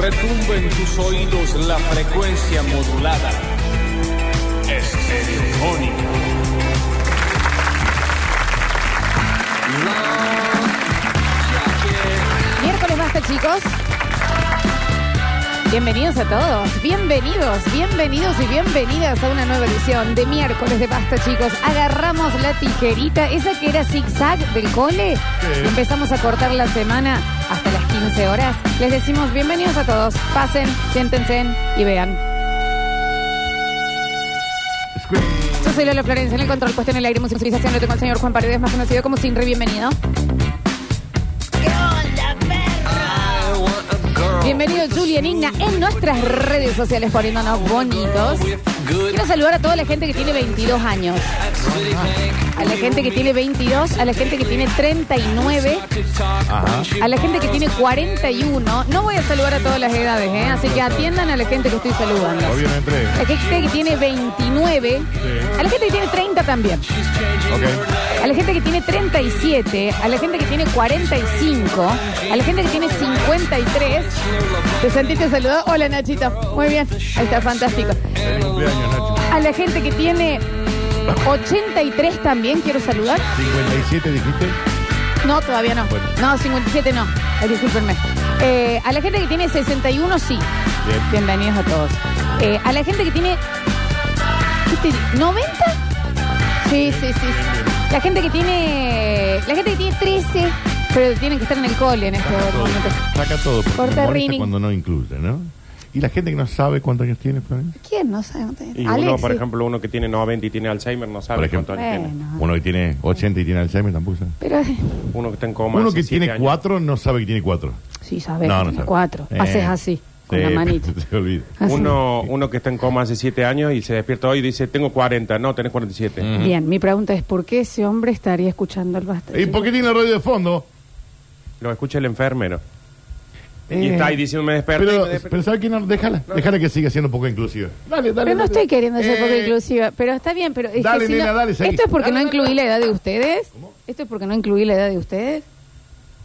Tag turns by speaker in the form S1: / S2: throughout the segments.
S1: retumbe en tus oídos la frecuencia modulada. Estereofónica.
S2: Miércoles basta, chicos. Bienvenidos a todos, bienvenidos, bienvenidos y bienvenidas a una nueva edición de miércoles de Basta, chicos. Agarramos la tijerita, esa que era zigzag del cole. Empezamos a cortar la semana hasta las 15 horas. Les decimos bienvenidos a todos, pasen, siéntense y vean. Yo soy Lola Florencia, en el control, cuestión el aire, musicalización, lo tengo al señor Juan Paredes, más conocido como Sinri, bienvenido. Bienvenido Julian Igna en nuestras redes sociales poniéndonos bonitos. Quiero saludar a toda la gente que tiene 22 años, a la gente que tiene 22, a la gente que tiene 39, a la gente que tiene 41. No voy a saludar a todas las edades, ¿eh? así que atiendan a la gente que estoy saludando.
S3: Obviamente.
S2: A la gente que tiene 29, a la gente que tiene 30 también.
S3: Ok.
S2: A la gente que tiene 37, a la gente que tiene 45, a la gente que tiene 53. Te sentiste saludado. Hola Nachito. Muy bien. Ahí está, fantástico.
S3: Feliz cumpleaños, Nacho.
S2: A la gente que tiene 83 también quiero saludar.
S3: 57 dijiste.
S2: No, todavía no.
S3: Bueno.
S2: No, 57 no. Ay, Discúlpenme. Eh, a la gente que tiene 61, sí.
S3: Bien.
S2: Bienvenidos a todos. Eh, a la gente que tiene. ¿qué te- ¿90? Sí, sí, sí, sí. La gente que tiene. La gente que tiene 13, pero tienen que estar en el cole en este
S3: Saca todo.
S2: momento.
S3: Saca todo. porque
S2: Corta
S3: me molesta
S2: Rini.
S3: cuando no incluye, ¿no? Y la gente que no sabe cuántos años tiene, Florencia.
S2: ¿Quién? No sabe. no tiene-
S4: Y uno,
S2: Alexis.
S4: por ejemplo, uno que tiene 90 y tiene Alzheimer no
S3: Por
S4: sabe
S3: ejemplo.
S4: cuánto años tiene.
S2: Bueno,
S3: Uno que tiene 80 y tiene Alzheimer tampoco sabe.
S2: pero.
S4: Uno que está en coma.
S3: Uno
S4: hace
S3: que
S4: siete
S3: tiene
S4: años.
S3: 4 no sabe que tiene 4.
S2: Sí, sabes.
S3: No, no sabe.
S2: Pues, Cuatro.
S3: Eh,
S2: Haces así, con
S3: sí,
S2: la manita.
S3: Se olvida.
S2: Así.
S4: Uno, uno que está en coma hace 7 años y se despierta hoy y dice, tengo 40. No, tenés 47.
S2: Bien, mi pregunta es: ¿por qué ese hombre estaría escuchando el basta?
S3: ¿Y por qué tiene la radio de fondo?
S4: Lo escucha el enfermero. Y
S3: Eh,
S4: está ahí diciendo, me desperté.
S3: Pero,
S4: me desperté".
S3: pero ¿sabe que no? Déjala. Déjala que siga siendo un poco inclusiva. Dale, dale.
S2: Pero no
S3: dale.
S2: estoy queriendo ser poco
S3: Eh,
S2: inclusiva, pero está bien, pero es
S3: Dale,
S2: que si
S3: nena,
S2: no-
S3: dale, seguí.
S2: esto es porque no
S3: Dale, dale,
S2: incluí la
S3: dale.
S2: edad de ustedes. Esto es porque no incluí la edad de ustedes.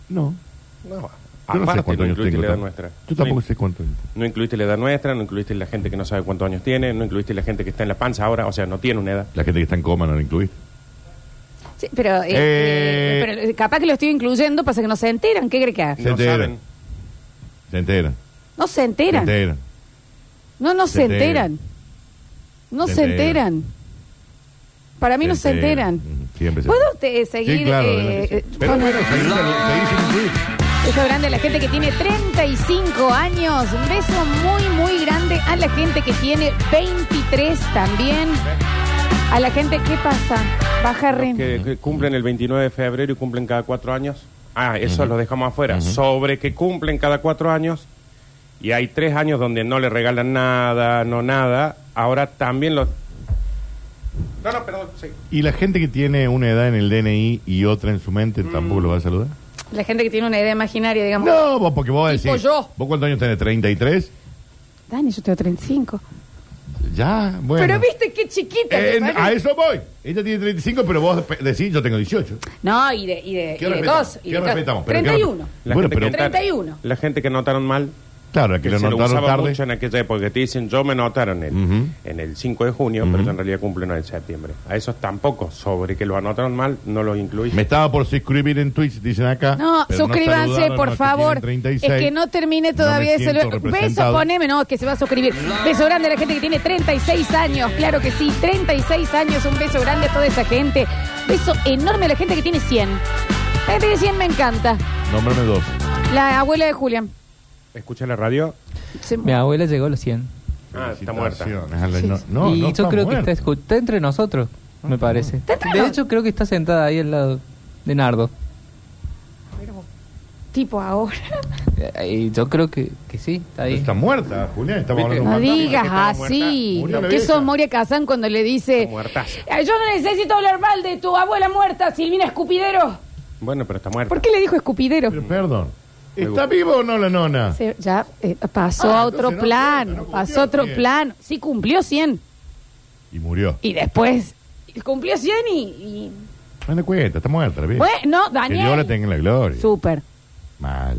S3: No.
S4: No,
S3: Yo no sé
S4: aparte, no,
S3: cuántos años
S4: incluiste
S3: tengo.
S4: la edad
S3: tam-
S4: nuestra.
S3: Yo tampoco
S4: No-
S3: sé cuántos años tengo.
S4: No incluiste la edad nuestra, no incluiste la gente que no sabe cuántos años tiene, no incluiste la gente que está en la panza ahora, o sea, no tiene una edad.
S3: La gente que está en coma no la incluiste.
S2: Sí, pero, eh,
S3: Eh.
S2: eh, pero, eh, capaz que lo estoy incluyendo, pasa que no se enteran. ¿Qué cree que haga?
S3: Se
S4: no
S3: enteran.
S4: saben.
S3: Se entera.
S2: No se
S3: Se
S2: enteran.
S3: entera.
S2: No, no se
S3: Se enteran.
S2: enteran. No
S3: Se
S2: se
S3: enteran.
S2: enteran. Para mí no se enteran.
S3: Mm, Siempre se
S2: ¿Puedo usted eh, seguir?
S3: Sí, claro.
S2: eh,
S3: obviamente.
S2: eh,
S3: Pero
S2: con-
S3: bueno, se hizo, se hizo incluir.
S2: Beso grande a la gente que tiene 35 años. Un beso muy, muy grande a la gente que tiene 23 también. A la gente, ¿qué pasa? Baja
S4: Los
S2: Ren.
S4: que, que cumplen el 29 de febrero y cumplen cada cuatro años. Ah, eso lo dejamos afuera. Sobre que cumplen cada cuatro años y hay tres años donde no le regalan nada, no nada. Ahora también los. No, no, perdón, sí.
S3: Y la gente que tiene una edad en el DNI y otra en su mente,
S2: Mm.
S3: ¿tampoco lo va a saludar?
S2: La gente que tiene una idea imaginaria, digamos.
S3: No, vos, porque vos vas a
S2: Tipo
S3: decir.
S2: yo.
S3: ¿Vos cuántos años tenés? ¿33?
S2: Dani, yo tengo 35.
S3: Ya, bueno.
S2: Pero viste qué chiquita. que
S3: Eh,
S2: parece.
S3: a eso voy. Ella tiene 35, pero vos pe- decís, yo tengo 18.
S2: No, y de, y de,
S3: ¿Qué
S2: y de
S3: respetamos?
S2: dos. Y
S3: ¿Qué
S2: de dos.
S3: respetamos? Pero ¿qué
S2: 31.
S3: respetamos? Bueno,
S4: gente que
S3: pero-
S4: anotaron-
S2: 31.
S4: La gente que notaron mal.
S3: Claro, la que lo
S4: se lo
S3: notaron
S4: usaba
S3: tarde.
S4: mucho en aquella época. que Te dicen, yo me notaron el,
S3: Ujú.
S4: en el 5 de junio, pero en realidad cumplen en septiembre. A esos tampoco, sobre que lo anotaron mal, no los incluís.
S3: Me estaba por suscribir en Twitch, dicen acá.
S2: No,
S3: pero
S2: suscríbanse,
S3: saludaron a los
S2: por
S3: que
S2: favor.
S3: tienen 36.
S2: es que no termine todavía
S3: No me
S2: de
S3: siento
S2: saludar. Beso,
S3: representado.
S2: poneme, no, que se va a suscribir. Beso grande a la gente que tiene 36 años, claro que sí, 36 años, un beso grande a toda esa gente. Beso enorme a la gente que tiene 100. La gente que tiene 100 me encanta.
S3: Nómbrame dos.
S2: La abuela de Julián.
S4: Escucha la radio.
S2: Se-
S5: Mi abuela llegó a los 100.
S4: Ah, está muerta.
S3: Felicitaciones a la-
S2: Sí,
S3: No,
S2: sí.
S3: no, no
S5: y yo
S3: está
S5: creo que
S3: muerta.
S5: está, escu- está entre nosotros, me parece.
S2: entre
S5: de
S2: nos-
S5: hecho, creo que está sentada ahí al lado de Nardo.
S2: Tipo ahora.
S5: Eh, Y yo creo que, que sí, está ahí.
S3: Está muerta, Julián. Estamos
S4: ¿Viste?
S2: No
S3: hablando mal.
S4: fantasma,
S2: digas
S4: que estaba
S2: así.
S3: muerta. Murió la
S2: ¿Qué
S3: vieja.
S2: sos Moria Kazán cuando le dice?
S4: Está muertaza.
S2: "Ah, Yo no necesito hablar mal de tu abuela muerta, Silvina Escupidero.
S4: Bueno, pero está muerta.
S2: ¿Por qué le dijo Escupidero?
S3: Pero, perdón. ¿Está
S4: gusta.
S3: vivo o no la nona?
S2: Se- ya eh, pasó
S3: Ah,
S2: a otro
S3: entonces no
S2: plan,
S3: cuenta, no
S2: pasó
S3: cumplió
S2: a otro
S3: 100.
S2: plan. Sí cumplió 100
S3: Y murió.
S2: y después cumplió 100 y... y-
S3: No da cuenta, está muerta la vieja.
S2: Bueno,
S3: Que Dios la
S2: Daniel.
S3: tenga en la gloria.
S2: Súper.
S3: Mal.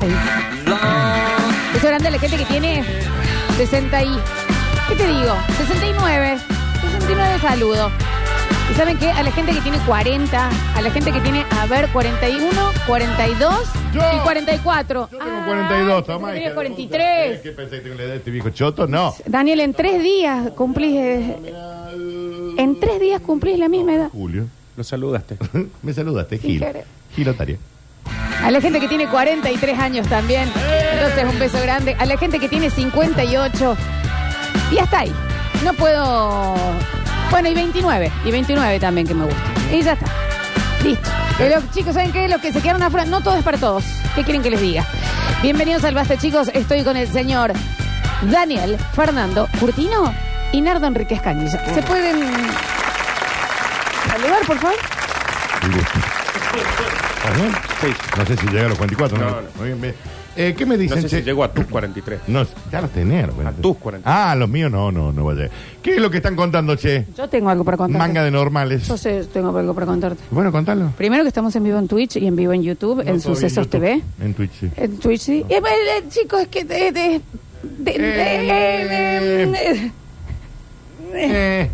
S2: Sí. Beso grande a la gente que tiene 60 y... ¿Qué te digo? 69. 69 saludo. ¿Y saben qué? A la gente que tiene 40, a la gente que tiene, a ver, 41, 42
S3: Yo.
S2: y 44.
S3: Yo tengo
S2: Ah,
S3: 42,
S2: pensé que
S3: Tomás.
S2: tenía 43.
S3: ¿Qué pensé que tengo la edad de este viejo choto? No.
S2: Daniel, en tres días cumplís... eh, En tres días cumplís la misma edad.
S3: Julio.
S4: Lo saludaste.
S3: Me saludaste,
S2: Sin
S3: Gil.
S2: querer.
S3: Gil Otario.
S2: A la gente que tiene 43 años también. Entonces, un beso grande. A la gente que tiene 58. Y hasta ahí. No puedo. Bueno, y 29. Y 29 también que me gusta. Y ya está. Listo. Y los chicos, ¿saben qué? Los que se quedaron afuera, no todo es para todos. ¿Qué quieren que les diga? Bienvenidos al Basta, chicos. Estoy con el señor Daniel Fernando Curtino y Nardo Enriquez Canilla. ¿Se pueden saludar, por favor?
S3: Un gusto. ¿Estás bien?
S4: Sí.
S3: No sé si llega a los 44.
S4: No, no.
S3: Muy bien, bien. Eh, ¿Qué me
S4: No
S3: dicen?
S4: sé si
S3: che?
S4: llego a tus 43.
S3: No, ya los tenés.
S4: A tus 40.
S3: Ah, los míos no, no, no va a llegar. ¿Qué es lo que están contando, che?
S2: Yo tengo algo para contar.
S3: Manga de normales.
S2: Yo sé, tengo algo para contarte.
S3: Bueno, contalo.
S2: Primero que estamos en vivo en Twitch y en vivo en YouTube,
S3: No,
S2: en
S3: todavía
S2: Sucesos
S3: YouTube.
S2: TV.
S3: En Twitch, sí.
S2: En Twitch, sí. Eh, eh, eh, chicos, es que... de- de- de- de- eh,
S3: Eh,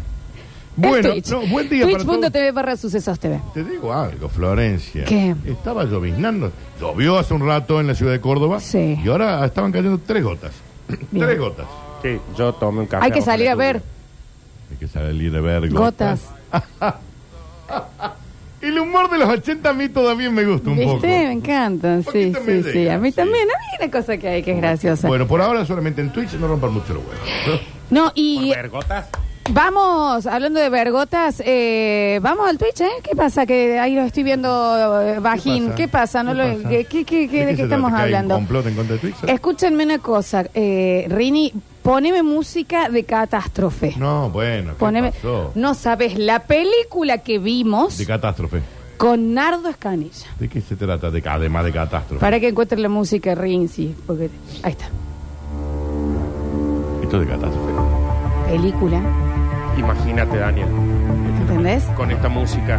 S2: en
S3: bueno,
S2: Twitch.
S3: no, buen día para todos.
S2: Twitch.tv barra Sucesos TV.
S3: Te digo algo, Florencia.
S2: ¿Qué?
S3: Estaba lloviznando. Llovió hace un rato en la ciudad de Córdoba.
S2: Sí.
S3: Y ahora estaban cayendo tres gotas.
S2: Bien.
S3: Tres gotas.
S4: Sí, yo tomé un café.
S2: Hay que salir a ver.
S3: Hay que salir de ver
S2: Gotas.
S3: El humor de los 80 a mí todavía me gusta un poco.
S2: ¿Viste? Me encantan.
S3: Un
S2: Sí,
S3: poquito me
S2: sí, sí.
S3: llega,
S2: A mí
S3: sí.
S2: también. A mí hay una cosa que hay que es graciosa.
S3: Bueno, por ahora solamente en Twitch no rompan mucho los huevos.
S2: No,
S4: ¿Por
S2: y
S4: vergotas?
S2: vamos, hablando de vergotas, eh, vamos al Twitch, ¿eh? ¿Qué pasa? Que ahí lo estoy viendo eh, bajín. ¿Qué pasa? No lo-
S3: pasa?
S2: ¿Qué, qué, qué- qué- ¿De qué
S3: se
S2: estamos
S3: trata? ¿Que hay un
S2: hablando?
S3: complot en contra de Twitch?
S2: Escúchenme una cosa, eh, Rini, poneme música de catástrofe.
S3: No, bueno, ¿qué
S2: Poneme-
S3: pasó?
S2: no sabes la película que vimos
S3: De catástrofe.
S2: con Nardo Escanilla.
S3: ¿De qué se trata? De, además de catástrofe.
S2: Para que encuentre la música Rinzi, porque ahí está.
S3: Esto es de catástrofe.
S2: Película,
S4: Imagínate, Daniel,
S2: ¿entendés?
S4: con esta música.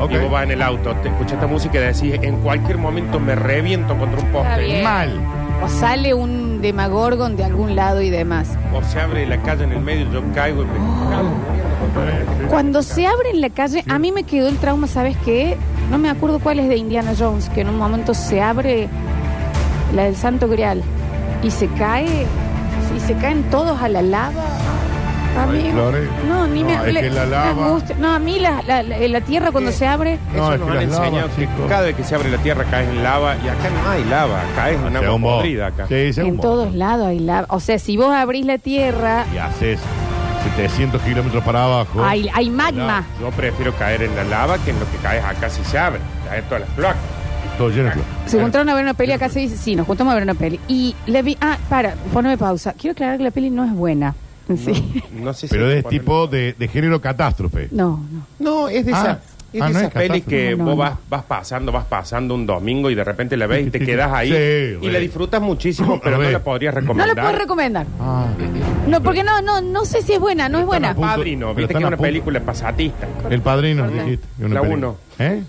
S3: Ok.
S4: Y vos vas en el auto, te escuchas esta música y decís, en cualquier momento me reviento contra un
S2: Está
S4: poste.
S2: bien.
S3: Mal.
S2: O sale un demagorgon de algún lado y demás.
S4: O se abre la calle en el medio, yo caigo y me
S2: Oh,
S4: cago. muriendo contra el-
S2: Cuando se abre en la calle, a mí me quedó el trauma, ¿sabes qué? No me acuerdo cuál es de Indiana Jones, que en un momento se abre la del Santo Grial y se cae, y se caen todos a la lava.
S3: Ay,
S2: Amigo.
S3: Flores.
S2: No, ni
S3: No,
S2: me.
S3: es que la
S2: me
S3: lava-
S2: angustia. No, a mí la, la- la- la tierra cuando
S4: ¿Qué?
S2: se abre.
S3: No,
S4: Eso
S3: es
S4: nos
S3: que
S4: han
S3: las lavas,
S4: enseñado que
S3: chicos.
S4: cada vez que se abre la tierra caes en lava y acá no hay lava, caes en
S3: Sea
S4: agua
S3: un bobo.
S4: podrida acá.
S3: Sí, sea un
S2: En
S3: bobo.
S2: todos lados hay lava. O sea, si vos abrís la tierra,
S3: Y haces 700 kilómetros para abajo.
S2: hay, hay magma.
S4: Yo prefiero caer en la lava que en lo que caes acá si se abre, caes en todas las cloacas.
S3: Todo lleno de flores.
S2: Se juntaron a ver una peli, acá se dice, sí, nos juntamos a ver una peli. Y le vi, ah, para, poneme pausa. Quiero aclarar que la peli no es buena. en Sí.
S4: No sé si
S3: Pero es
S4: ponen-
S3: tipo de, de género catástrofe.
S2: No, no.
S4: No, es de
S3: Ah.
S4: esa.
S3: Ah,
S4: Es de
S3: no
S4: esas
S3: es catástrofe.
S4: pelis que
S2: No,
S4: vos
S2: no.
S4: vas, vas pasando, vas pasando un domingo y de repente la ves y te quedas ahí
S3: Sí,
S4: y
S3: re.
S4: la disfrutas muchísimo, pero
S3: Re.
S4: no la podrías
S2: No
S4: recomendar.
S2: la puedo recomendar.
S3: Ah,
S2: No, porque no, no, no sé si es buena, no es buena.
S3: Punto.
S4: Padrino,
S3: Pero
S4: viste
S3: están
S4: que es
S3: a
S4: una
S3: punto.
S4: película pasatista.
S3: el padrino,
S2: Perdón.
S3: dijiste. que
S4: La
S3: película.
S4: uno.
S3: ¿Eh?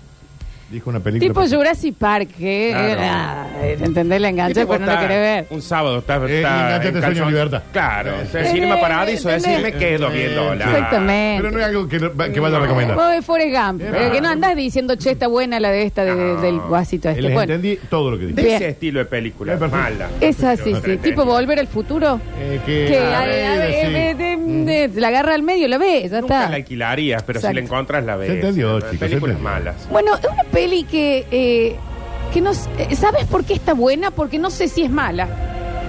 S3: Dijo una película.
S2: Tipo Jurassic Park, que
S4: Claro.
S2: era, ¿entendés? La enganché,
S4: Viste,
S2: pero no la
S4: vos
S2: querés ver.
S4: estás Un sábado estás.
S3: Eh,
S4: estás
S3: y enganchate
S4: en
S3: Sueño
S4: calzón-
S3: en Libertad.
S4: Claro.
S3: Eh,
S4: o sea, Cinema
S2: eh,
S4: Paradiso,
S2: ¿entendés?
S4: decir, me quedo
S3: Eh,
S4: viendo la.
S2: Exactamente.
S3: Pero no es algo que, que vaya a recomendar.
S2: Vos ves Forrest Gump,
S3: Eh,
S2: pero que no
S3: no.
S2: andás diciendo, che, está buena la de esta, de-
S4: No.
S2: del vasito este.
S3: Les
S2: Bueno,
S3: entendí todo lo que dijiste.
S4: De ese
S2: Bien.
S4: estilo de película.
S3: Eh, perfecto.
S4: mala.
S2: es así,
S4: No
S2: sí.
S4: entendí.
S2: Tipo Volver al Futuro.
S3: Eh,
S2: Que
S3: a
S2: a-
S3: ver,
S2: a-
S3: sí.
S2: eh, de- de- de- la agarra al medio, la ve, ya
S4: Mm. Nunca
S2: está.
S4: la alquilarías, pero
S2: Exacto.
S4: si la encontras la ves.
S3: Se entendió, chicos, se
S4: Películas
S3: entendió.
S4: malas.
S2: Bueno, es una peli que, eh, que no, s- eh, ¿sabes por qué está buena? Porque no sé si es mala.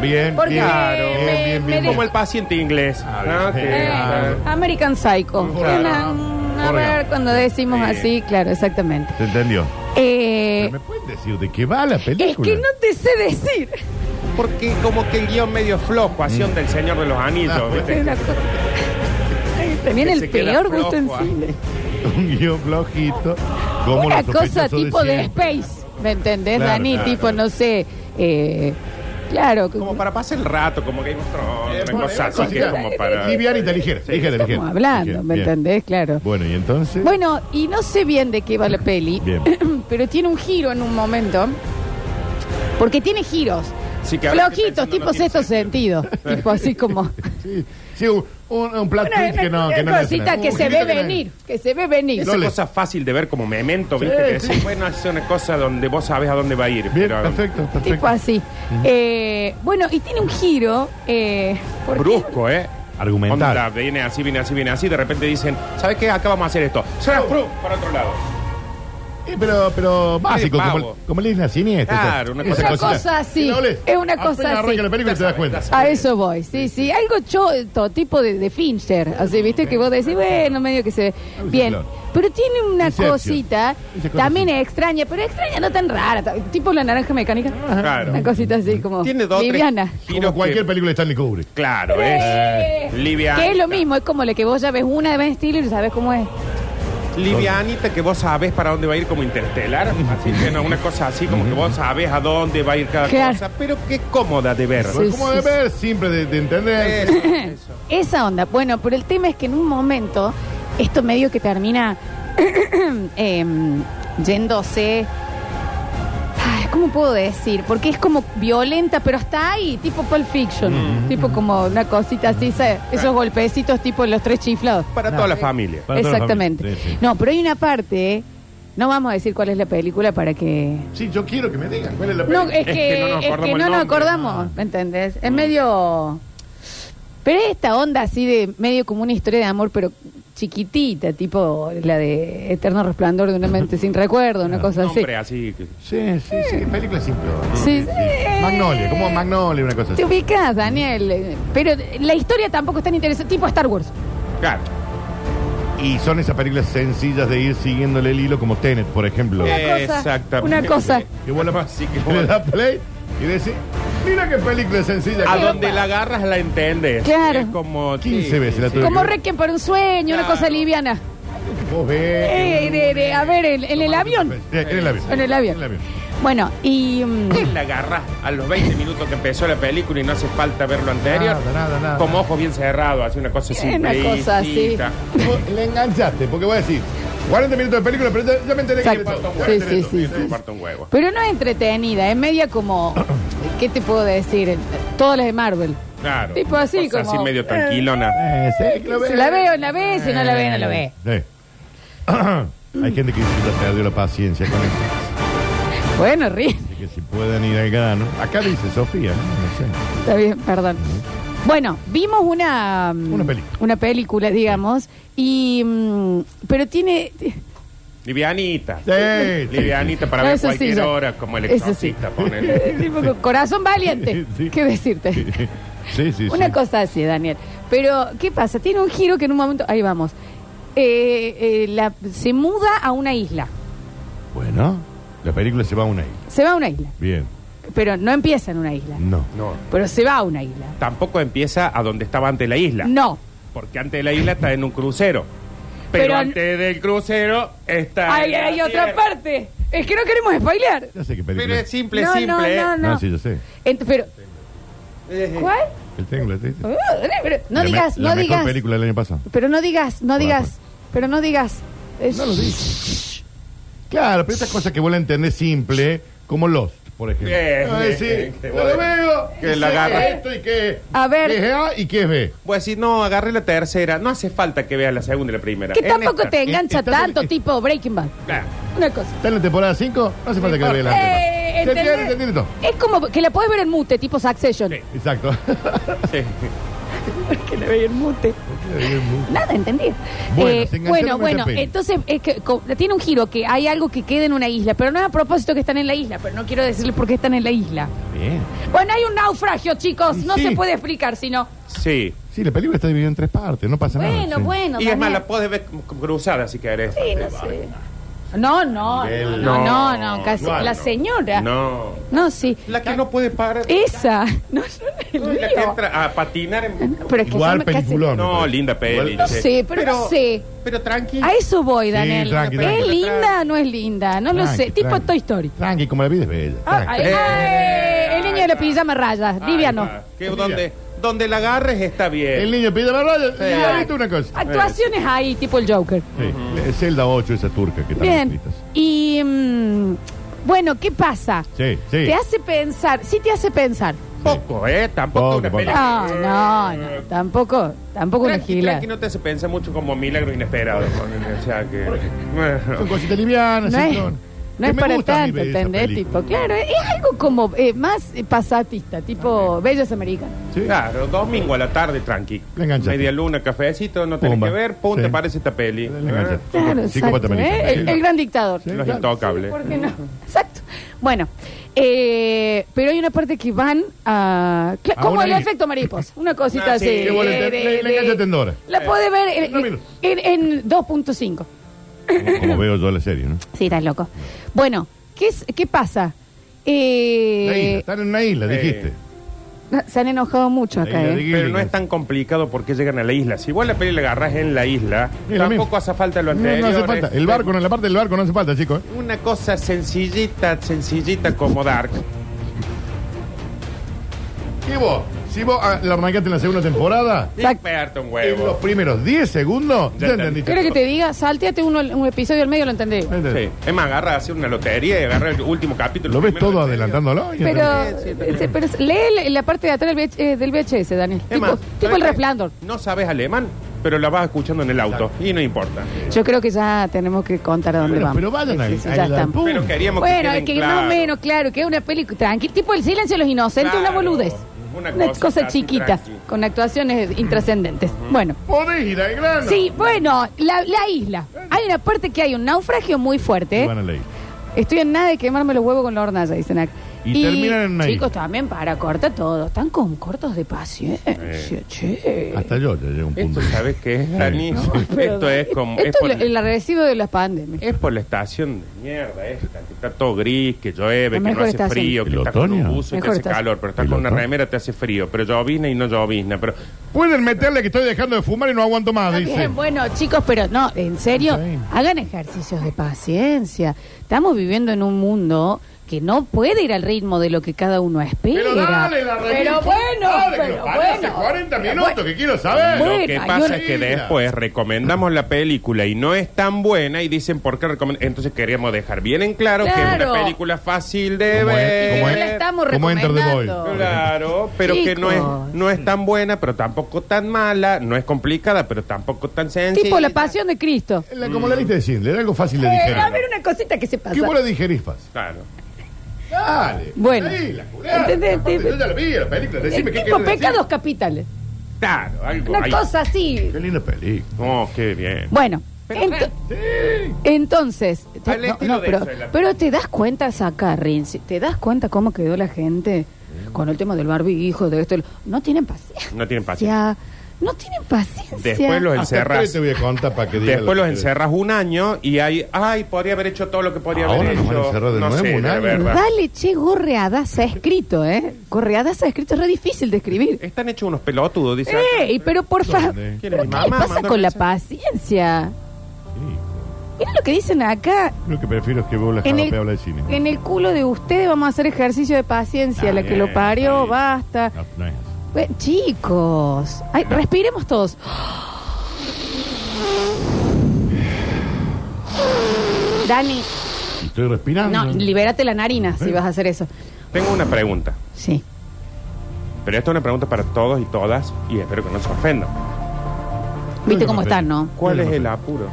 S3: Bien,
S2: Porque
S3: bien,
S2: Claro.
S3: bien,
S2: me-
S3: bien,
S2: me
S3: bien.
S2: dejó-
S4: Como el paciente inglés.
S3: Ah,
S4: ¿no?
S3: bien.
S4: Que-
S2: Eh,
S3: Claro.
S2: American Psycho.
S3: Claro.
S2: Una- una- a
S3: Forrest
S2: ver,
S3: Gump.
S2: cuando decimos
S4: Sí.
S2: así, claro, exactamente.
S3: Se entendió.
S2: Eh,
S3: Pero ¿Me pueden decir de qué va la
S2: es
S3: película?
S2: que no te sé decir.
S4: Porque como que el guión medio flojo, acción del Señor de los Anillos,
S3: Mm. Ah,
S4: ¿viste?
S2: Una cosa- Tenían
S4: Que
S2: el
S4: se queda
S2: peor gusto en
S4: flojo,
S2: cine.
S3: Un guión flojito. Como
S2: Una
S3: los
S2: cosa
S3: sospechosos
S2: tipo de
S3: siempre.
S2: Space, ¿me entendés,
S3: Claro,
S2: Dani?
S3: claro.
S2: Tipo, no sé, eh, claro. que-
S4: Como para pasar el rato, como Game of Thrones, una
S3: Bueno,
S4: cosa
S3: una Eh,
S4: así que es
S3: cosita
S4: como para...
S3: Livianita, ligera. ligera,
S2: estamos
S3: ligera.
S2: hablando,
S3: Ligera,
S2: ¿me
S3: bien.
S2: entendés? Claro.
S3: Bueno, y entonces.
S2: Bueno, y no sé bien de qué va la peli,
S3: Bien.
S2: pero tiene un giro en un momento, porque tiene giros.
S4: Así que habrá que
S2: Flojitos,
S4: pensando no
S2: tipo
S4: tiene
S2: sexto sentido. tipo así como.
S3: Sí, sí, un, un- un plot
S2: Una,
S3: twist que no.
S2: una
S3: que no le hacen
S2: cosita
S3: a-
S2: que
S3: Un
S2: se ve
S3: poquito no-
S2: venir, que se ve venir.
S4: Esa
S3: Lole.
S4: cosa fácil de ver como memento, ¿viste?
S3: Sí,
S4: que
S3: sí.
S4: decís, bueno, es una cosa donde vos sabés a dónde va a ir.
S3: Bien,
S4: pero-
S3: perfecto,
S2: Tipo
S3: perfecto.
S2: así. Eh, bueno, y tiene un giro. Eh, ¿por qué?
S4: Brusco, ¿eh?
S3: Argumentar.
S4: Onda, viene así, viene así, viene así. De repente dicen, ¿sabes qué? Acá vamos a hacer esto. Suena, fru, para otro lado.
S3: Sí, Eh, pero, pero básico,
S4: pavo.
S3: como, como le dicen a siniestra.
S4: Claro, una cosa
S2: Una cosa así, es una cosa así.
S3: arranca la película y te das cuenta.
S2: A eso voy, sí, sí. Algo choto, tipo de, de Fincher. Así, viste, que vos decís, bueno, medio que se ve. Bien. Pero tiene una
S3: Inception.
S2: cosita
S3: Esa cosa
S2: también
S3: sí.
S2: extraña, pero extraña, no tan rara. ta- Tipo la naranja mecánica.
S4: Claro.
S2: Una cosita así como.
S4: Tiene dos, tres
S2: liviana.
S4: giros
S3: Como cualquier
S4: que-
S3: película de Stanley Kubrick.
S4: Claro,
S2: Eh,
S4: es livianita.
S2: Que es lo mismo, es como la que vos ya ves una de vez estilo y sabes cómo es.
S4: Livianita que vos sabés para dónde va a ir como interestelar. Así que no, una cosa así como que vos sabés a dónde va a ir cada
S2: Claro.
S4: cosa. Pero qué cómoda de ver.
S2: Sí,
S3: como
S2: sí,
S3: de
S2: sí.
S3: ver, simple de, de entender.
S4: Eso.
S2: Esa onda. Bueno, pero el tema es que en un momento, esto medio que termina em, yéndose. Ay, ¿Cómo puedo decir? Porque es como violenta, pero hasta ahí, tipo Pulp Fiction.
S3: Mm.
S2: Tipo como una cosita así, ¿sabes? esos golpecitos tipo los tres chiflados.
S4: Para toda la familia.
S3: Para toda la
S2: Exactamente.
S3: familia, sí, sí.
S2: No, pero hay una parte, no vamos a decir cuál es la película para que
S3: Sí, yo quiero que me digan cuál es la
S2: no,
S3: película.
S2: es que,
S4: Es que no nos
S2: es que
S4: acordamos el
S2: no nos
S4: nombre.
S2: acordamos, ¿me entendés? Es medio... Pero es esta onda así de medio como una historia de amor, pero chiquitita, tipo la de Eterno Resplandor de una mente sin recuerdo, una cosa así.
S4: Nombre así. que-
S3: Sí, sí, sí, película simple.
S2: eh. Sí, sí.
S3: Magnolia, como Magnolia, una cosa así.
S2: Te ubicas, Daniel. eh, Pero la historia tampoco es tan interesante, tipo Star Wars.
S4: Claro.
S3: Y son esas películas sencillas de ir siguiéndole el hilo, como Tenet, por ejemplo.
S2: Eh. cosa,
S4: Exactamente.
S2: una cosa.
S3: Y vos la-
S4: Así que
S3: Le
S4: vos-
S3: das play y decís, mira qué película sencilla.
S4: A
S3: que-
S4: donde la agarras la entiendes.
S2: Claro.
S4: Es como
S3: 15
S4: sí,
S3: veces la
S4: sí.
S3: tuve.
S2: Como Requiem para un sueño, una cosa
S4: Claro.
S2: liviana.
S3: Vos ves.
S2: Eh, de- de- a ver, en- en el avión.
S3: Eh, En el avión.
S2: En el avión. Bueno, y... mm,
S4: La agarras a los 20 minutos que empezó la película y no hace falta ver lo anterior.
S3: Nada, nada, nada.
S4: Como ojos bien cerrados, hace una cosa así.
S2: Una cosa así.
S3: Vos Le enganchaste, porque voy a decir, 40 minutos de película, pero ya, ya me enteré que
S2: Exacto.
S3: le tocó.
S2: Sí,
S3: Ya me enteré
S2: sí,
S3: todo.
S2: sí,
S3: Ya me
S2: sí.
S3: parto.
S4: Parto un huevo.
S2: Pero no es entretenida, es media como. ¿Qué te puedo decir? Todas las de Marvel.
S4: Claro.
S2: Tipo así,
S4: Cosa
S2: como-
S4: así medio tranquilona.
S3: Eh, sí, que lo
S2: Si
S3: ve.
S2: la veo, la ve, si no la ve, no la ve.
S3: Sí. Hay gente que ya perdió la paciencia con esto.
S2: Bueno, ríe.
S3: Así que si pueden ir al grano. Acá dice Sofía, ¿no? No sé.
S2: Está bien, perdón. Bueno, vimos una. mm,
S3: Una película.
S2: una película, digamos. Y. mm, Pero tiene.
S4: Livianita.
S3: Sí, sí,
S4: Livianita para
S2: No,
S4: ver
S2: eso sí,
S4: cualquier
S2: ya.
S4: hora, como el
S2: Eso sí.
S4: exorcista, ponele.
S2: tipo, Corazón valiente.
S3: Sí, sí.
S2: ¿Qué decirte?
S3: Sí, sí,
S2: Una
S3: sí.
S2: cosa así, Daniel. Pero, ¿qué pasa? Tiene un giro que en un momento. Ahí vamos. Eh, eh, la- se muda a una isla.
S3: Bueno, la película se va a una isla.
S2: Se va a una isla.
S3: Bien.
S2: Pero no empieza en una isla.
S3: No.
S4: No.
S2: Pero se va a una isla.
S4: Tampoco empieza a donde estaba antes la isla.
S2: No.
S4: Porque antes de la isla está en un crucero. Pero,
S2: Pero-
S4: antes del crucero está.
S2: Hay,
S4: en la
S2: hay otra
S4: tierra.
S2: parte. Es que no queremos spoilear.
S3: Ya sé qué película.
S4: Pero es simple,
S2: No, no,
S4: simple.
S2: no,
S4: ¿eh?
S3: No, sí, yo sé.
S2: Ent- pero, ¿Cuál?
S3: El triángulo, sí, sí.
S2: Uh, pero no
S3: La me-
S2: digas,
S3: la
S2: no digas.
S3: mejor película pues. del año pasado.
S2: Pero no digas, no
S3: Hola,
S2: digas. Pero no digas. Es-
S3: No lo dije. Claro, pero estas cosas que vos la entendés simple, como Lost, por ejemplo.
S4: Eh,
S3: Es decir,
S4: eh, que
S3: no lo
S4: bueno.
S3: veo,
S4: Que
S3: sé
S4: la agarra.
S3: es esto y que es-
S2: A ver.
S3: que es A y que es B.
S4: Voy a decir, no, agarré la tercera. No hace falta que veas la segunda y la primera.
S2: que
S4: En
S2: tampoco
S4: esta.
S2: te engancha
S3: Está-
S2: tanto, tipo Breaking Bad.
S4: Claro.
S2: Una cosa.
S3: Está en la temporada 5, no hace falta que la veas la
S2: Eh,
S3: anterior. Te
S2: ¿entendés?
S3: entiende, te entiende todo.
S2: Es como que la puedes ver en mute, tipo Succession.
S4: Sí.
S3: Exacto.
S4: Sí.
S2: Que la veía en mute. Nada, entendí.
S3: Bueno,
S2: Eh,
S3: se enganchó
S2: bueno,
S3: con
S2: bueno,
S3: esta peli.
S2: entonces es que co- tiene un giro que hay algo que queda en una isla, pero no es a propósito que están en la isla, pero no quiero decirles por qué están en la isla.
S3: Bien.
S2: Bueno, hay un naufragio, chicos,
S3: Y
S2: no
S3: sí.
S2: se puede explicar, sino...
S4: Sí.
S3: Sí, la película está dividida en tres partes, no pasa nada.
S2: Bueno,
S3: sí.
S2: bueno,
S4: y es más,
S2: Daniel.
S4: la puedes ver como cruzada si querés.
S2: Sí, no sé. No, no, no,
S3: Del-
S2: no, no, no, casi.
S4: no,
S2: la
S4: no.
S2: señora. No,
S4: No.
S2: sí.
S4: La que no puede parar.
S2: Esa. No, no,
S4: No,
S2: el
S4: y La que
S2: lío.
S4: entra a patinar en.
S2: Pero es que
S3: Igual
S2: se me- casi-
S3: peliculón.
S4: No,
S3: me parece.
S4: linda peli.
S3: Igual-
S2: No sé, pero, no sé.
S4: Pero tranqui.
S2: A eso voy, Daniel.
S3: tranqui,
S2: ¿Es
S3: tranqui.
S2: linda o no es linda? No lo
S3: Tranqui,
S2: sé. Tipo
S3: tranqui.
S2: Toy Story.
S3: Tranqui, como la vida es bella.
S2: Ah,
S3: tranqui.
S2: ay, ay, el niño de la pijama raya, Liviano.
S4: Que donde, donde la agarres está bien.
S3: El niño pide la raya, ya viste una cosa.
S2: Actuaciones ahí, tipo el Joker.
S3: Sí, Zelda 8, esa turca que está
S2: Bien. Y mm, Bueno, ¿qué pasa?
S3: Sí, sí.
S2: Te hace pensar, sí te hace pensar.
S4: Poco, ¿eh? Tampoco
S3: Poco,
S4: una
S3: poco.
S4: peli.
S2: No, Ah, no, no, tampoco, tampoco una
S4: Tranqui,
S2: gila.
S4: tranqui, no te hace pensar mucho como milagro inesperado. O sea que.
S3: Son cositas livianas.
S2: No es,
S3: son-
S2: no
S3: que
S2: es
S3: me
S2: para
S3: gusta a mí
S2: tanto,
S3: ver esa
S2: ¿entendés?
S3: película.
S2: Tipo, claro, es es algo como eh, más eh, pasatista, tipo Bellas Americanas.
S3: Sí.
S4: Claro, domingo a la tarde, tranqui.
S3: Le enganchaste.
S4: Media luna, cafecito, no tenés
S3: Pumba.
S4: que ver, pum,
S3: Sí.
S4: te parece esta peli.
S3: Le enganchaste.
S4: ¿Eh?
S2: Claro,
S3: Psicó- psicópata
S2: exacto,
S3: americano.
S2: ¿eh? el, el gran dictador.
S3: Sí,
S4: Los
S3: claro.
S4: intocables.
S2: ¿Por qué no? Exacto. Bueno, eh, pero hay una parte que van a. cla-
S3: A
S2: Como
S3: una
S2: el
S3: línea.
S2: efecto mariposa. Una cosita
S4: Ah,
S2: así.
S4: sí, que vos
S3: le-
S2: de-
S3: le-
S2: de-
S3: le enganchaste en Dora.
S2: La puede ver en,
S3: Eh, Dos minutos.
S2: en- en 2.5.
S3: Como- Como veo yo la serie, ¿no?
S2: Sí, estás loco. Bueno, ¿qué, es- qué pasa?
S3: La isla,
S2: Eh,
S3: están en una isla,
S4: eh,
S3: dijiste.
S2: no, se han enojado mucho
S3: La
S2: acá,
S3: isla de
S2: ¿eh?
S3: Gilligan.
S4: Pero no es tan complicado porque llegan a la isla. Si vos la peli la agarrás en la isla,
S3: Es lo mismo.
S4: tampoco hace falta lo
S3: No, no
S4: anterior.
S3: hace falta.
S4: es-
S3: El barco, no, la parte del barco no hace falta, chicos. ¿eh?
S4: Una cosa sencillita, sencillita como Dark.
S3: Y vos, si vos ah, la arrancaste en la segunda temporada,
S2: Exacto.
S4: Experto un
S3: en los
S4: huevo.
S3: primeros 10 segundos, ya,
S4: Ya está.
S3: entendiste.
S2: ¿Quieres que te diga? Salteate uno- un episodio al medio, lo entendés.
S3: Ya entendés.
S4: Sí. Es más, agarra hacer una lotería y agarra el último capítulo.
S3: Lo ves
S4: primero
S3: todo
S4: de-
S3: adelantándolo. y
S2: Pero,
S3: entendés.
S2: eh, pero lee la- la parte de atrás del, VH, eh, del VHS, Daniel.
S4: Es más,
S2: Tipo, tipo el
S4: ¿sabes qué?
S2: resplandor.
S4: No sabes alemán, pero la vas escuchando en el auto. Y no importa.
S2: Yo creo que ya tenemos que contar a dónde
S3: Bueno,
S2: vamos.
S3: pero vayan al-
S2: Sí, sí,
S3: al-
S2: ya
S3: al
S2: estamos.
S3: punto.
S4: Pero queríamos
S2: Bueno,
S4: que
S2: es
S4: queden
S2: que más o
S4: claro.
S2: menos, claro, que es una película tranquila, tipo El silencio de los inocentes, una
S4: Claro,
S2: boludez. Una,
S4: una
S2: cosa,
S4: cosa así,
S2: chiquita,
S4: tranqui.
S2: con actuaciones intrascendentes. Bueno.
S3: Podés ir al grano.
S2: Sí, bueno, la, la isla. Hay una parte que hay un naufragio muy fuerte.
S3: Y
S2: ¿eh?
S3: van a la isla.
S2: Estoy en nada de quemarme los huevos con la hornalla, dicen acá.
S3: Y terminan en una
S2: Chicos,
S3: isla.
S2: también para, corta todo. Están con cortos de paciencia, che.
S3: Eh. Hasta yo ya llegué a un punto.
S4: Esto sabes qué es, Dani.
S2: Pero-
S4: esto es como. es
S2: Esto
S4: por-
S2: es el recibo de las pandemias.
S4: Es por la estación de mierda esta, que está todo gris, que
S2: La
S4: llueve, que no
S2: mejor
S4: hace
S2: estación.
S4: frío, que
S3: ¿El
S4: está con un
S3: otoño?
S4: buzo y que
S2: Mejor
S4: hace
S2: estación.
S4: calor, pero estás
S3: ¿El
S4: con una
S3: otoño?
S4: remera te hace frío, pero llovizna y no llovizna, pero
S3: Pueden meterle que estoy dejando de fumar y no aguanto más,
S2: Está
S3: dice.
S2: bien, bueno, chicos, pero no, en serio,
S3: Sí.
S2: hagan ejercicios de paciencia. Estamos viviendo en un mundo que no puede ir al ritmo de lo que cada uno espera.
S3: Pero dale la revista.
S2: Pero bueno,
S3: Dale, que
S2: pero
S3: lo paré hace
S2: bueno.
S3: 40
S2: Pero
S3: minutos que quiero saber.
S2: Bueno,
S4: lo que
S2: hay
S4: pasa
S2: una-
S4: es que después recomendamos la película y no es tan buena y dicen por qué recomendamos. Entonces queríamos dejar bien en claro, que es
S2: Claro.
S4: una película fácil de
S3: ¿Cómo es?
S4: ver.
S3: ¿Cómo
S2: No la estamos
S3: Como Enter the
S2: recomendando.
S3: Void.
S4: Claro, pero que no
S2: Chicos.
S4: es, no es tan buena, pero tampoco tan mala, no es complicada, pero tampoco tan sencilla.
S2: Tipo la pasión de Cristo.
S3: La- como la lista de Schindler, era algo fácil de
S2: Eh,
S3: digerir.
S2: a ver una cosita que se pasa.
S3: ¿Qué vos la digerís fácil?
S4: Claro.
S3: Dale.
S2: Bueno.
S3: Ahí, la curada.
S2: ¿Entendés?
S3: Aparte,
S2: Tipo-
S3: Yo ya la vi, la película.
S2: Eh,
S3: Decime qué
S2: tipo
S3: querés decir.
S2: pecados capitales.
S4: Claro, algo
S2: Una
S4: ahí.
S2: cosa así.
S3: Qué linda película.
S4: Oh, qué bien.
S2: Bueno, ento-
S3: Sí.
S2: entonces, te-
S4: Al
S2: no,
S4: estilo
S2: no,
S4: de
S2: pero,
S4: eso es la-
S2: pero te das cuenta acá, Rinzi, te das cuenta cómo quedó la gente con el tema del barbijo, de esto, el- no tienen paciencia.
S4: No tienen paciencia.
S2: No tienen paciencia.
S4: Después los
S3: Hasta tres
S4: encerras.
S3: te voy a contar para que digas lo
S4: Después
S3: que
S4: los
S3: querés.
S4: encerras un año y hay, ay, podría haber hecho todo lo que podría
S3: Ahora
S4: haber
S3: nos van a
S4: hecho.
S3: encerrar de
S4: no
S3: nuevo
S4: sé,
S3: un
S4: de
S3: año.
S4: verdad.
S2: Dale, che, gorreadaza escrito, ¿eh? Gorreadaza escrito es re difícil de escribir.
S4: Están hechos unos pelotudos, dice.
S2: ¡Ey, pero por favor!
S3: ¿Dónde?
S2: ¿Qué
S4: Mi mamá
S2: pasa
S4: mandó
S2: con la
S4: mensaje.
S2: paciencia?
S3: Sí.
S2: Mira lo que dicen acá.
S3: Lo que prefiero es que vos la
S2: En el,
S3: jalape hable de cine.
S2: en el culo de ustedes vamos a hacer ejercicio de paciencia.
S4: Está
S2: la que
S4: bien,
S2: lo parió,
S4: está bien.
S2: basta.
S3: No, no es así.
S2: Bueno, chicos, ay, respiremos todos. Dani,
S3: Estoy respirando.
S2: no, libérate la narina si vas a hacer eso.
S4: Tengo una pregunta.
S2: Sí.
S4: Pero esta es una pregunta para todos y todas y espero que no se ofendan.
S2: Viste cómo están, ¿no?
S4: ¿Cuál
S3: No,
S4: es
S3: no sé.
S4: el apuro?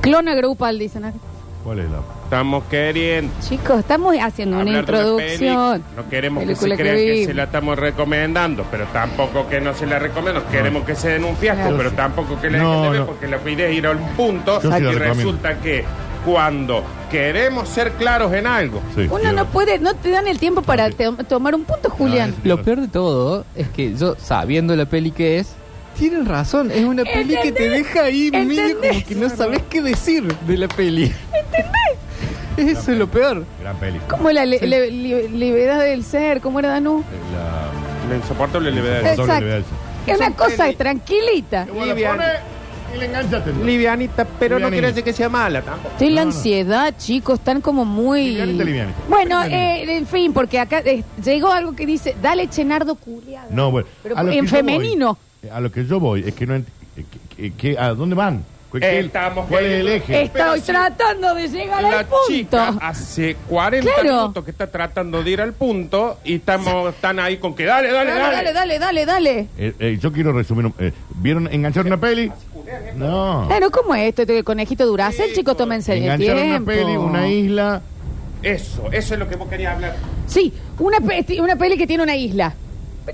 S2: Clona Grupal, dicen acá.
S3: ¿Cuál es la?
S4: Estamos queriendo
S2: Chicos, estamos haciendo una
S4: hablar de
S2: introducción.
S4: peli. No queremos que se
S2: Película
S4: crean que,
S2: vi.
S4: se la estamos recomendando, pero tampoco que no se la recomendamos. Queremos que se den un fiasco,
S2: Claro.
S4: pero tampoco que la
S3: No,
S4: dejen de ver
S3: no.
S4: porque la idea es ir a un punto
S3: Yo sí la
S4: y
S3: recomiendo.
S4: resulta que cuando queremos ser claros en algo,
S3: Sí,
S2: Uno
S3: quiero-
S2: no puede, no te dan el tiempo para
S3: Sí.
S2: te- tomar un punto, Julián.
S3: es-
S5: Lo peor de todo es que yo, sabiendo la peli que es, tienen razón, es una peli que te
S2: ¿Entendés?
S5: deja ahí medio
S2: ¿Entendés?
S5: como que no sabes qué decir de la peli. ¿Entendés? Eso es lo peor.
S3: Gran película.
S2: Como la le- le- li- libertad del ser, ¿cómo era Danú?
S3: La...
S4: la insoportable levedad.
S2: Exacto.
S3: Doble nivel.
S2: Es una
S4: Son
S2: cosa
S4: peli-
S2: tranquilita.
S3: Que vos la
S4: Liviana.
S3: ponés y le enganchaste.
S4: Livianita, pero
S3: Livianita.
S4: no quiere decir que sea mala tampoco.
S2: Estoy la
S3: No, no.
S2: ansiedad, chicos, están como muy...
S3: Livianita, livianita.
S2: Bueno,
S3: Livianita.
S2: eh, en fin, porque acá eh, llegó algo que dice, dale chenardo culiado.
S3: No, bueno.
S2: Pero
S3: a lo
S2: en
S3: que yo
S2: femenino.
S3: voy- a lo que yo voy es que no ent- eh, que- que- que- ¿A dónde van? Cuequil,
S4: Estamos
S3: ¿Cuál es el
S4: queriendo-
S3: eje?
S2: Estoy
S4: si
S2: tratando de llegar al
S4: La
S2: punto. Ah,
S4: chica hace 40
S2: Claro.
S4: minutos que está tratando de ir al punto y estamos están ahí con que dale, Ah, dale,
S2: dale,
S4: dale.
S2: dale, dale, dale, dale.
S3: Eh, eh, yo quiero resumir. un- eh, ¿Vieron enganchar una peli? No.
S2: Claro, ¿cómo es esto? Este conejito Duracel, chicos, tómense el
S3: Enganchar una
S2: tiempo.
S3: peli, una isla.
S4: Eso, eso es lo que vos querías hablar.
S2: Sí, una, pe- este, una peli que tiene una isla.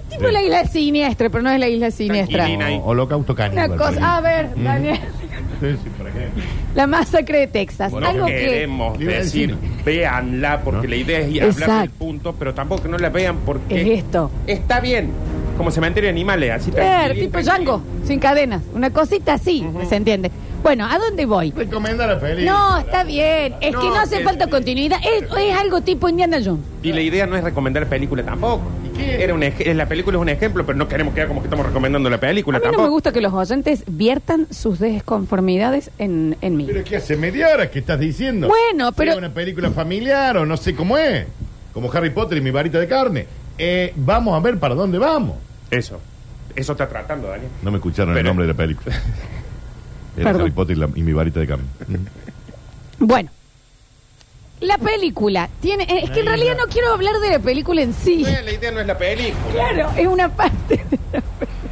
S2: Tipo
S3: Sí.
S2: la isla siniestra, pero no es la isla siniestra.
S4: Tranquilina. Ahí.
S3: O, holocausto caníbal.
S2: Una cosa, a ver, Daniel,
S3: Sí, sí, por ejemplo.
S2: la masacre de Texas.
S4: No
S2: Algo que...
S4: queremos
S3: Iba a
S4: decir,
S3: decir.
S4: véanla, porque
S3: ¿No?
S4: la idea es ir a
S2: Exacto.
S4: hablar del punto, pero tampoco que no la vean porque
S2: Es esto.
S4: está bien. Como cementerio de animales, eh, así
S2: Ver,
S4: tranquilín,
S2: tipo
S4: tranquilín.
S2: Django, sin cadenas. Una cosita así, ¿se entiende? Bueno, ¿a dónde voy?
S3: Recomienda la peli.
S2: No, está bien. Es que
S4: Pues No, eh,
S2: no hace
S4: que-
S2: falta continuidad. Es, es algo tipo Indiana Jones.
S4: Y la idea no es recomendar película tampoco.
S3: qué?
S4: Era un ej- eh, la película es un ejemplo, pero no queremos quedar como que estamos recomendando la película
S2: A mí no
S4: tampoco.
S2: me gusta que los oyentes viertan sus desconformidades en, en mí.
S3: Pero es que hace media hora que estás diciendo.
S2: Bueno, pero-
S3: Es una película familiar o no sé cómo es. Como Harry Potter y mi varita de carne. Eh, vamos a ver para dónde vamos.
S4: Eso. Eso está tratando, Daniel.
S3: No me escucharon el
S4: Pero-
S3: nombre de la película. Era
S2: Perdón.
S3: Harry Potter y, la- y mi varita de carne.
S2: Bueno, la película tiene. Es que en realidad no quiero hablar de la película en sí.
S4: Eh, La idea no es la película.
S2: Claro, es una parte. de-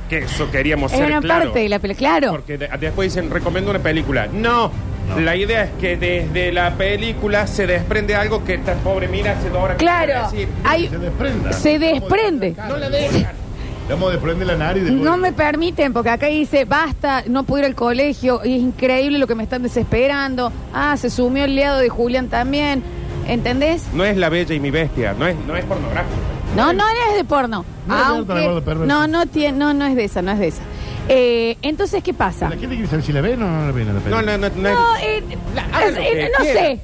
S4: Que eso queríamos
S2: Es
S4: ser
S2: una
S4: claro.
S2: parte de la película. Claro.
S4: Porque de- después dicen, recomiendo una película. No. La idea es que desde la película se desprende algo que esta pobre mina hace dos horas que
S2: Claro.
S4: quiere decir.
S2: Hay,
S3: Se desprenda.
S2: se desprende.
S4: No la dejan.
S3: Vamos a desprender la nariz. después-
S2: No me permiten, porque acá dice, basta, no puedo ir al colegio, es increíble lo que me están desesperando. Ah, se sumió el liado de Julián también. ¿Entendés?
S4: No es la bella y mi bestia. No es, no es pornográfico.
S2: No, no es de porno.
S3: No es de
S2: Aunque-
S3: otra, gordo perverso.
S2: no, no, tiene, no, no es de esa, no es de esa. Eh, entonces, ¿qué pasa?
S3: La gente quiere saber si la ven o no la ven a la
S4: No,
S3: película.
S4: no, no. no es-
S2: No, eh,
S4: hagan lo
S2: eh,
S4: que
S2: no
S4: quieran.
S2: sé.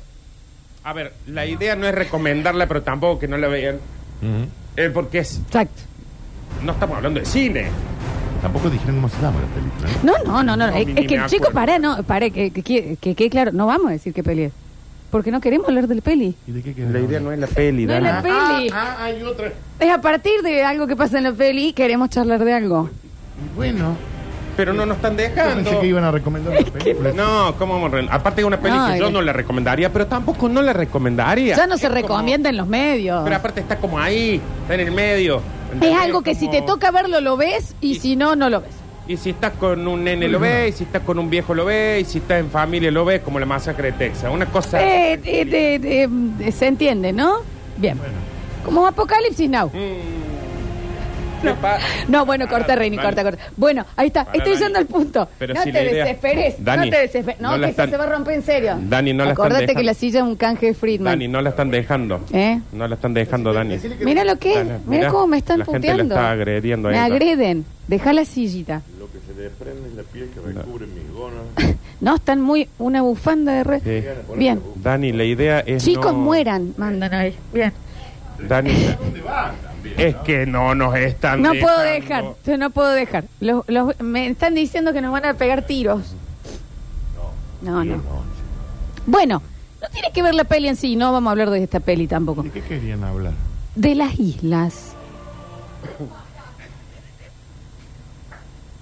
S4: A ver, la idea no es recomendarla, pero tampoco que no la vean.
S3: Ujú.
S4: Eh, porque es,
S2: Exacto.
S4: no estamos hablando de cine.
S3: Tampoco dijeron cómo se llama la película. ¿eh?
S2: No, no, no, no.
S4: No,
S2: es,
S4: ni-
S2: es
S4: ni
S2: que
S4: me
S2: el chico,
S4: acuerdo.
S2: pará, no, pará, que quede que, que, quede claro, no vamos a decir que peli es. Porque no queremos hablar del peli.
S3: ¿Y de qué
S4: La idea no es la peli,
S2: No es la
S4: Dana.
S2: peli.
S3: Ah, hay otra.
S2: Es a partir de algo que pasa en la peli, queremos charlar de algo.
S3: Bueno,
S4: Pero no nos están
S3: yo pensé
S4: dejando.
S3: que iban a recomendar la película.
S4: No, ¿cómo vamos a re- Aparte de una peli
S2: No,
S4: que yo
S2: el-
S4: no la recomendaría, pero tampoco no la recomendaría.
S2: Ya no se
S4: Es como-
S2: recomienda en los medios.
S4: Pero aparte está como ahí, está en el medio.
S2: Ah. Es
S4: ¿entendés?
S2: algo que si
S4: Como-
S2: te toca verlo, lo ves y
S4: Y-
S2: si no, no lo ves.
S4: Y si estás con un nene lo ve, y si estás con un viejo lo ve, y si estás en familia lo ve, como la masacre de Texas. Una cosa.
S2: Eh, eh, de- de- de- se entiende, ¿no? Bien. Como Apocalipsis Now.
S4: Mm. ¿Qué pa-
S2: No, bueno,
S4: Pará,
S2: corta, Rini,
S4: Dani.
S2: corta, corta. Bueno, ahí está,
S4: Pará,
S2: estoy
S4: Ah, Dani.
S2: yendo al punto.
S4: Pero
S2: no, te
S4: si la idea-
S2: desesperes,
S4: Dani,
S2: no te desesperes, no
S4: no la
S2: que
S4: están-
S2: se va a romper en serio.
S4: Dani, no la están
S2: Acordate que
S4: dejando.
S2: la silla es un canje de Friedman.
S4: Dani, no la están dejando.
S2: ¿Eh?
S4: No la están dejando, Dani.
S2: Mira lo que, es,
S4: Dale,
S2: mira
S4: mirá,
S2: cómo me están
S4: la gente la
S2: puteando.
S4: está agrediendo ahí,
S2: Me
S4: está.
S2: agreden. Deja la sillita.
S6: Lo que se desprende es la piel que recubre mis gonas.
S2: No, están muy una bufanda de red.
S4: Sí.
S2: Bien.
S4: Dani, la idea es.
S2: Chicos
S4: no-
S2: mueran, mandan ahí. Bien.
S4: Dani, es que no nos están.
S2: No puedo dejar,
S4: dejando.
S2: yo no puedo dejar. Los- los- me están diciendo que nos van a pegar tiros. No, no. Bueno, no tiene que ver la peli en sí, no vamos a hablar de esta peli tampoco.
S3: ¿De qué querían hablar?
S2: De las islas.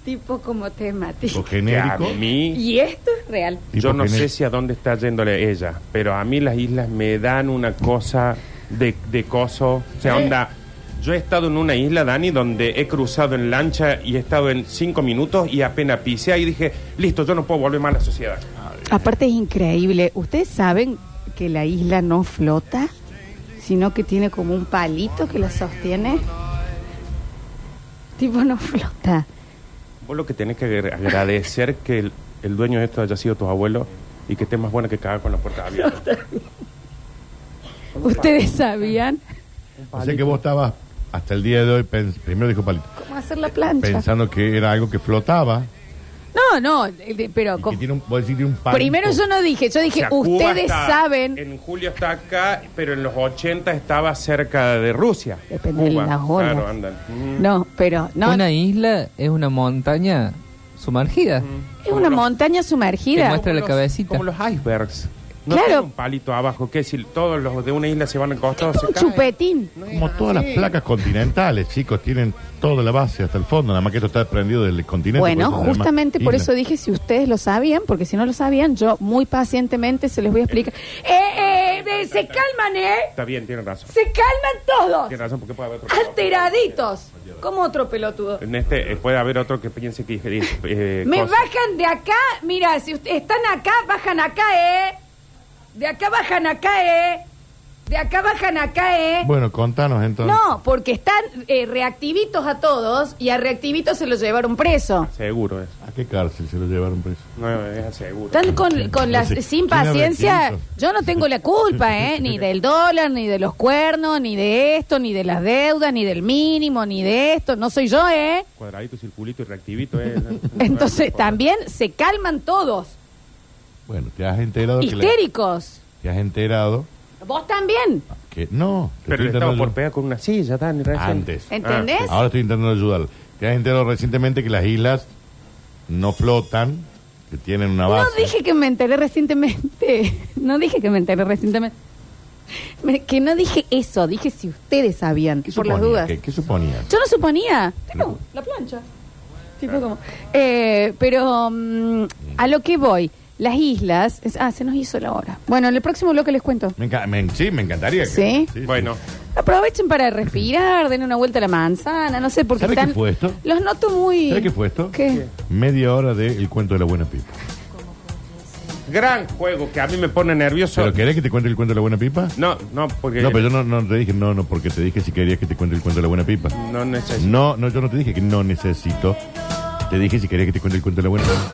S2: tipo como
S3: ¿O
S2: temático.
S4: Que a
S3: genérico?
S4: mí.
S2: Y esto es real.
S3: Tipo
S4: Yo no
S3: gené-
S4: sé si a dónde está yéndole ella, pero a mí las islas me dan una cosa de, de coso. O sea, onda. Yo he estado en una isla, Dani, donde he cruzado en lancha y he estado en cinco minutos y apenas pisé ahí dije, listo, yo no puedo volver más a la sociedad.
S2: Aparte es increíble. ¿Ustedes saben que la isla no flota? Sino que tiene como un palito que la sostiene. Tipo no flota.
S4: Vos lo que tenés que agra- agradecer que el, el dueño de esto haya sido tus abuelos y que estés más buena que cagar con la puerta abierta.
S2: ¿Ustedes sabían
S3: O sea que vos estabas hasta el día de hoy, pens- primero dijo Palito,
S2: cómo hacer la plancha?
S3: pensando que era algo que flotaba.
S2: No, no, eh, de- pero
S3: y que
S2: con-
S3: tiene un, vos decís, tiene un palito.
S2: primero yo no dije, yo
S4: O
S2: dije,
S4: sea, Cuba
S2: ustedes
S4: está-
S2: saben.
S4: En julio está acá, pero en los 80 estaba cerca de Rusia.
S2: Depende de
S4: Cuba,
S2: las olas.
S4: Claro, andan. Mm.
S2: No, pero no.
S5: Una isla es una montaña sumergida.
S3: Mm.
S2: es una montaña
S5: Te
S2: sumergida.
S5: muestra la
S4: los-
S5: cabecita.
S4: Como los icebergs. No
S2: Claro.
S4: tiene un palito abajo, que si todos los de una isla se van al costado, se
S2: Un
S4: caen.
S2: chupetín.
S3: Como todas las placas continentales, chicos, tienen toda la base hasta el fondo, nada más que esto está prendido del continente.
S2: Bueno,
S3: por eso se llama
S2: justamente por
S3: pues, isla.
S2: eso dije si ustedes lo sabían, porque si no lo sabían, yo muy pacientemente se les voy a explicar. Eh, eh, eh, se calman, ¿eh?
S4: Está bien, tiene razón.
S2: Se calman todos.
S4: Tiene razón porque puede haber otro.
S2: Alteraditos. Como otro pelotudo.
S4: En este eh, puede haber otro que piense que eh,
S2: Me
S4: cosa.
S2: bajan de acá, mira, si ustedes están acá, bajan acá, ¿eh? De acá bajan acá, ¿eh? De acá bajan acá, ¿eh?
S3: Bueno, contanos entonces.
S2: No, porque están eh, reactivitos a todos y a reactivitos se los llevaron preso.
S4: Seguro es.
S3: ¿A qué cárcel se lo llevaron preso?
S4: No, es seguro.
S2: Están con, con las,
S3: Ese-
S2: sin
S3: ¿quién habrá
S2: paciencia.
S3: pienso?
S2: Yo no tengo la culpa, ¿eh? Ni del dólar, ni de los cuernos, ni de esto, ni de las deudas, ni del mínimo, ni de esto. No soy yo, ¿eh?
S4: Cuadradito, circulito y reactivito. eh.
S2: Entonces también se calman todos.
S3: Bueno, te has enterado que la-
S2: Histéricos.
S3: te has enterado
S2: Vos también.
S3: que no. te
S4: Pero
S3: estoy
S4: le estaba
S3: intentando-
S4: por ¿eh? pegar con una silla, Dani, recién.
S3: Antes.
S2: ¿Entendés?
S4: Ah,
S3: Ahora estoy intentando ayudarlo. Te has enterado recientemente que las islas no flotan, que tienen una
S2: No
S3: base.
S2: dije que me enteré recientemente. No dije que me enteré recientemente. Me- que no dije eso. Dije si ustedes sabían,
S3: ¿Qué
S2: por las
S3: suponías?
S2: dudas.
S3: ¿Qué, qué suponías?
S2: Yo no suponía. Tipo, la plancha. Tipo como. Eh, pero mm, a lo que voy, las islas. es- ah, se nos hizo la hora. Bueno, en el próximo bloque les cuento.
S3: Me enca- me- sí, me encantaría. que-
S2: ¿Sí?
S4: Bueno,
S2: Aprovechen para respirar, den una vuelta a la manzana, no sé, porque
S3: ¿Sabe qué
S2: están.
S3: fue esto?
S2: Los noto muy.
S3: ¿Sabes qué fue esto?
S2: ¿Qué?
S3: Media hora del cuento de la buena pipa.
S4: gran juego que a mí me pone nervioso.
S3: ¿Pero querés que te cuente el cuento de la buena pipa?
S4: No, no, porque.
S3: No, pero yo no, no te dije, no, no, porque te dije si querías que te cuente el cuento de la buena pipa.
S4: no necesito.
S3: No, no, yo no te dije que no necesito. Te dije si querías que te cuente el cuento de la buena pipa.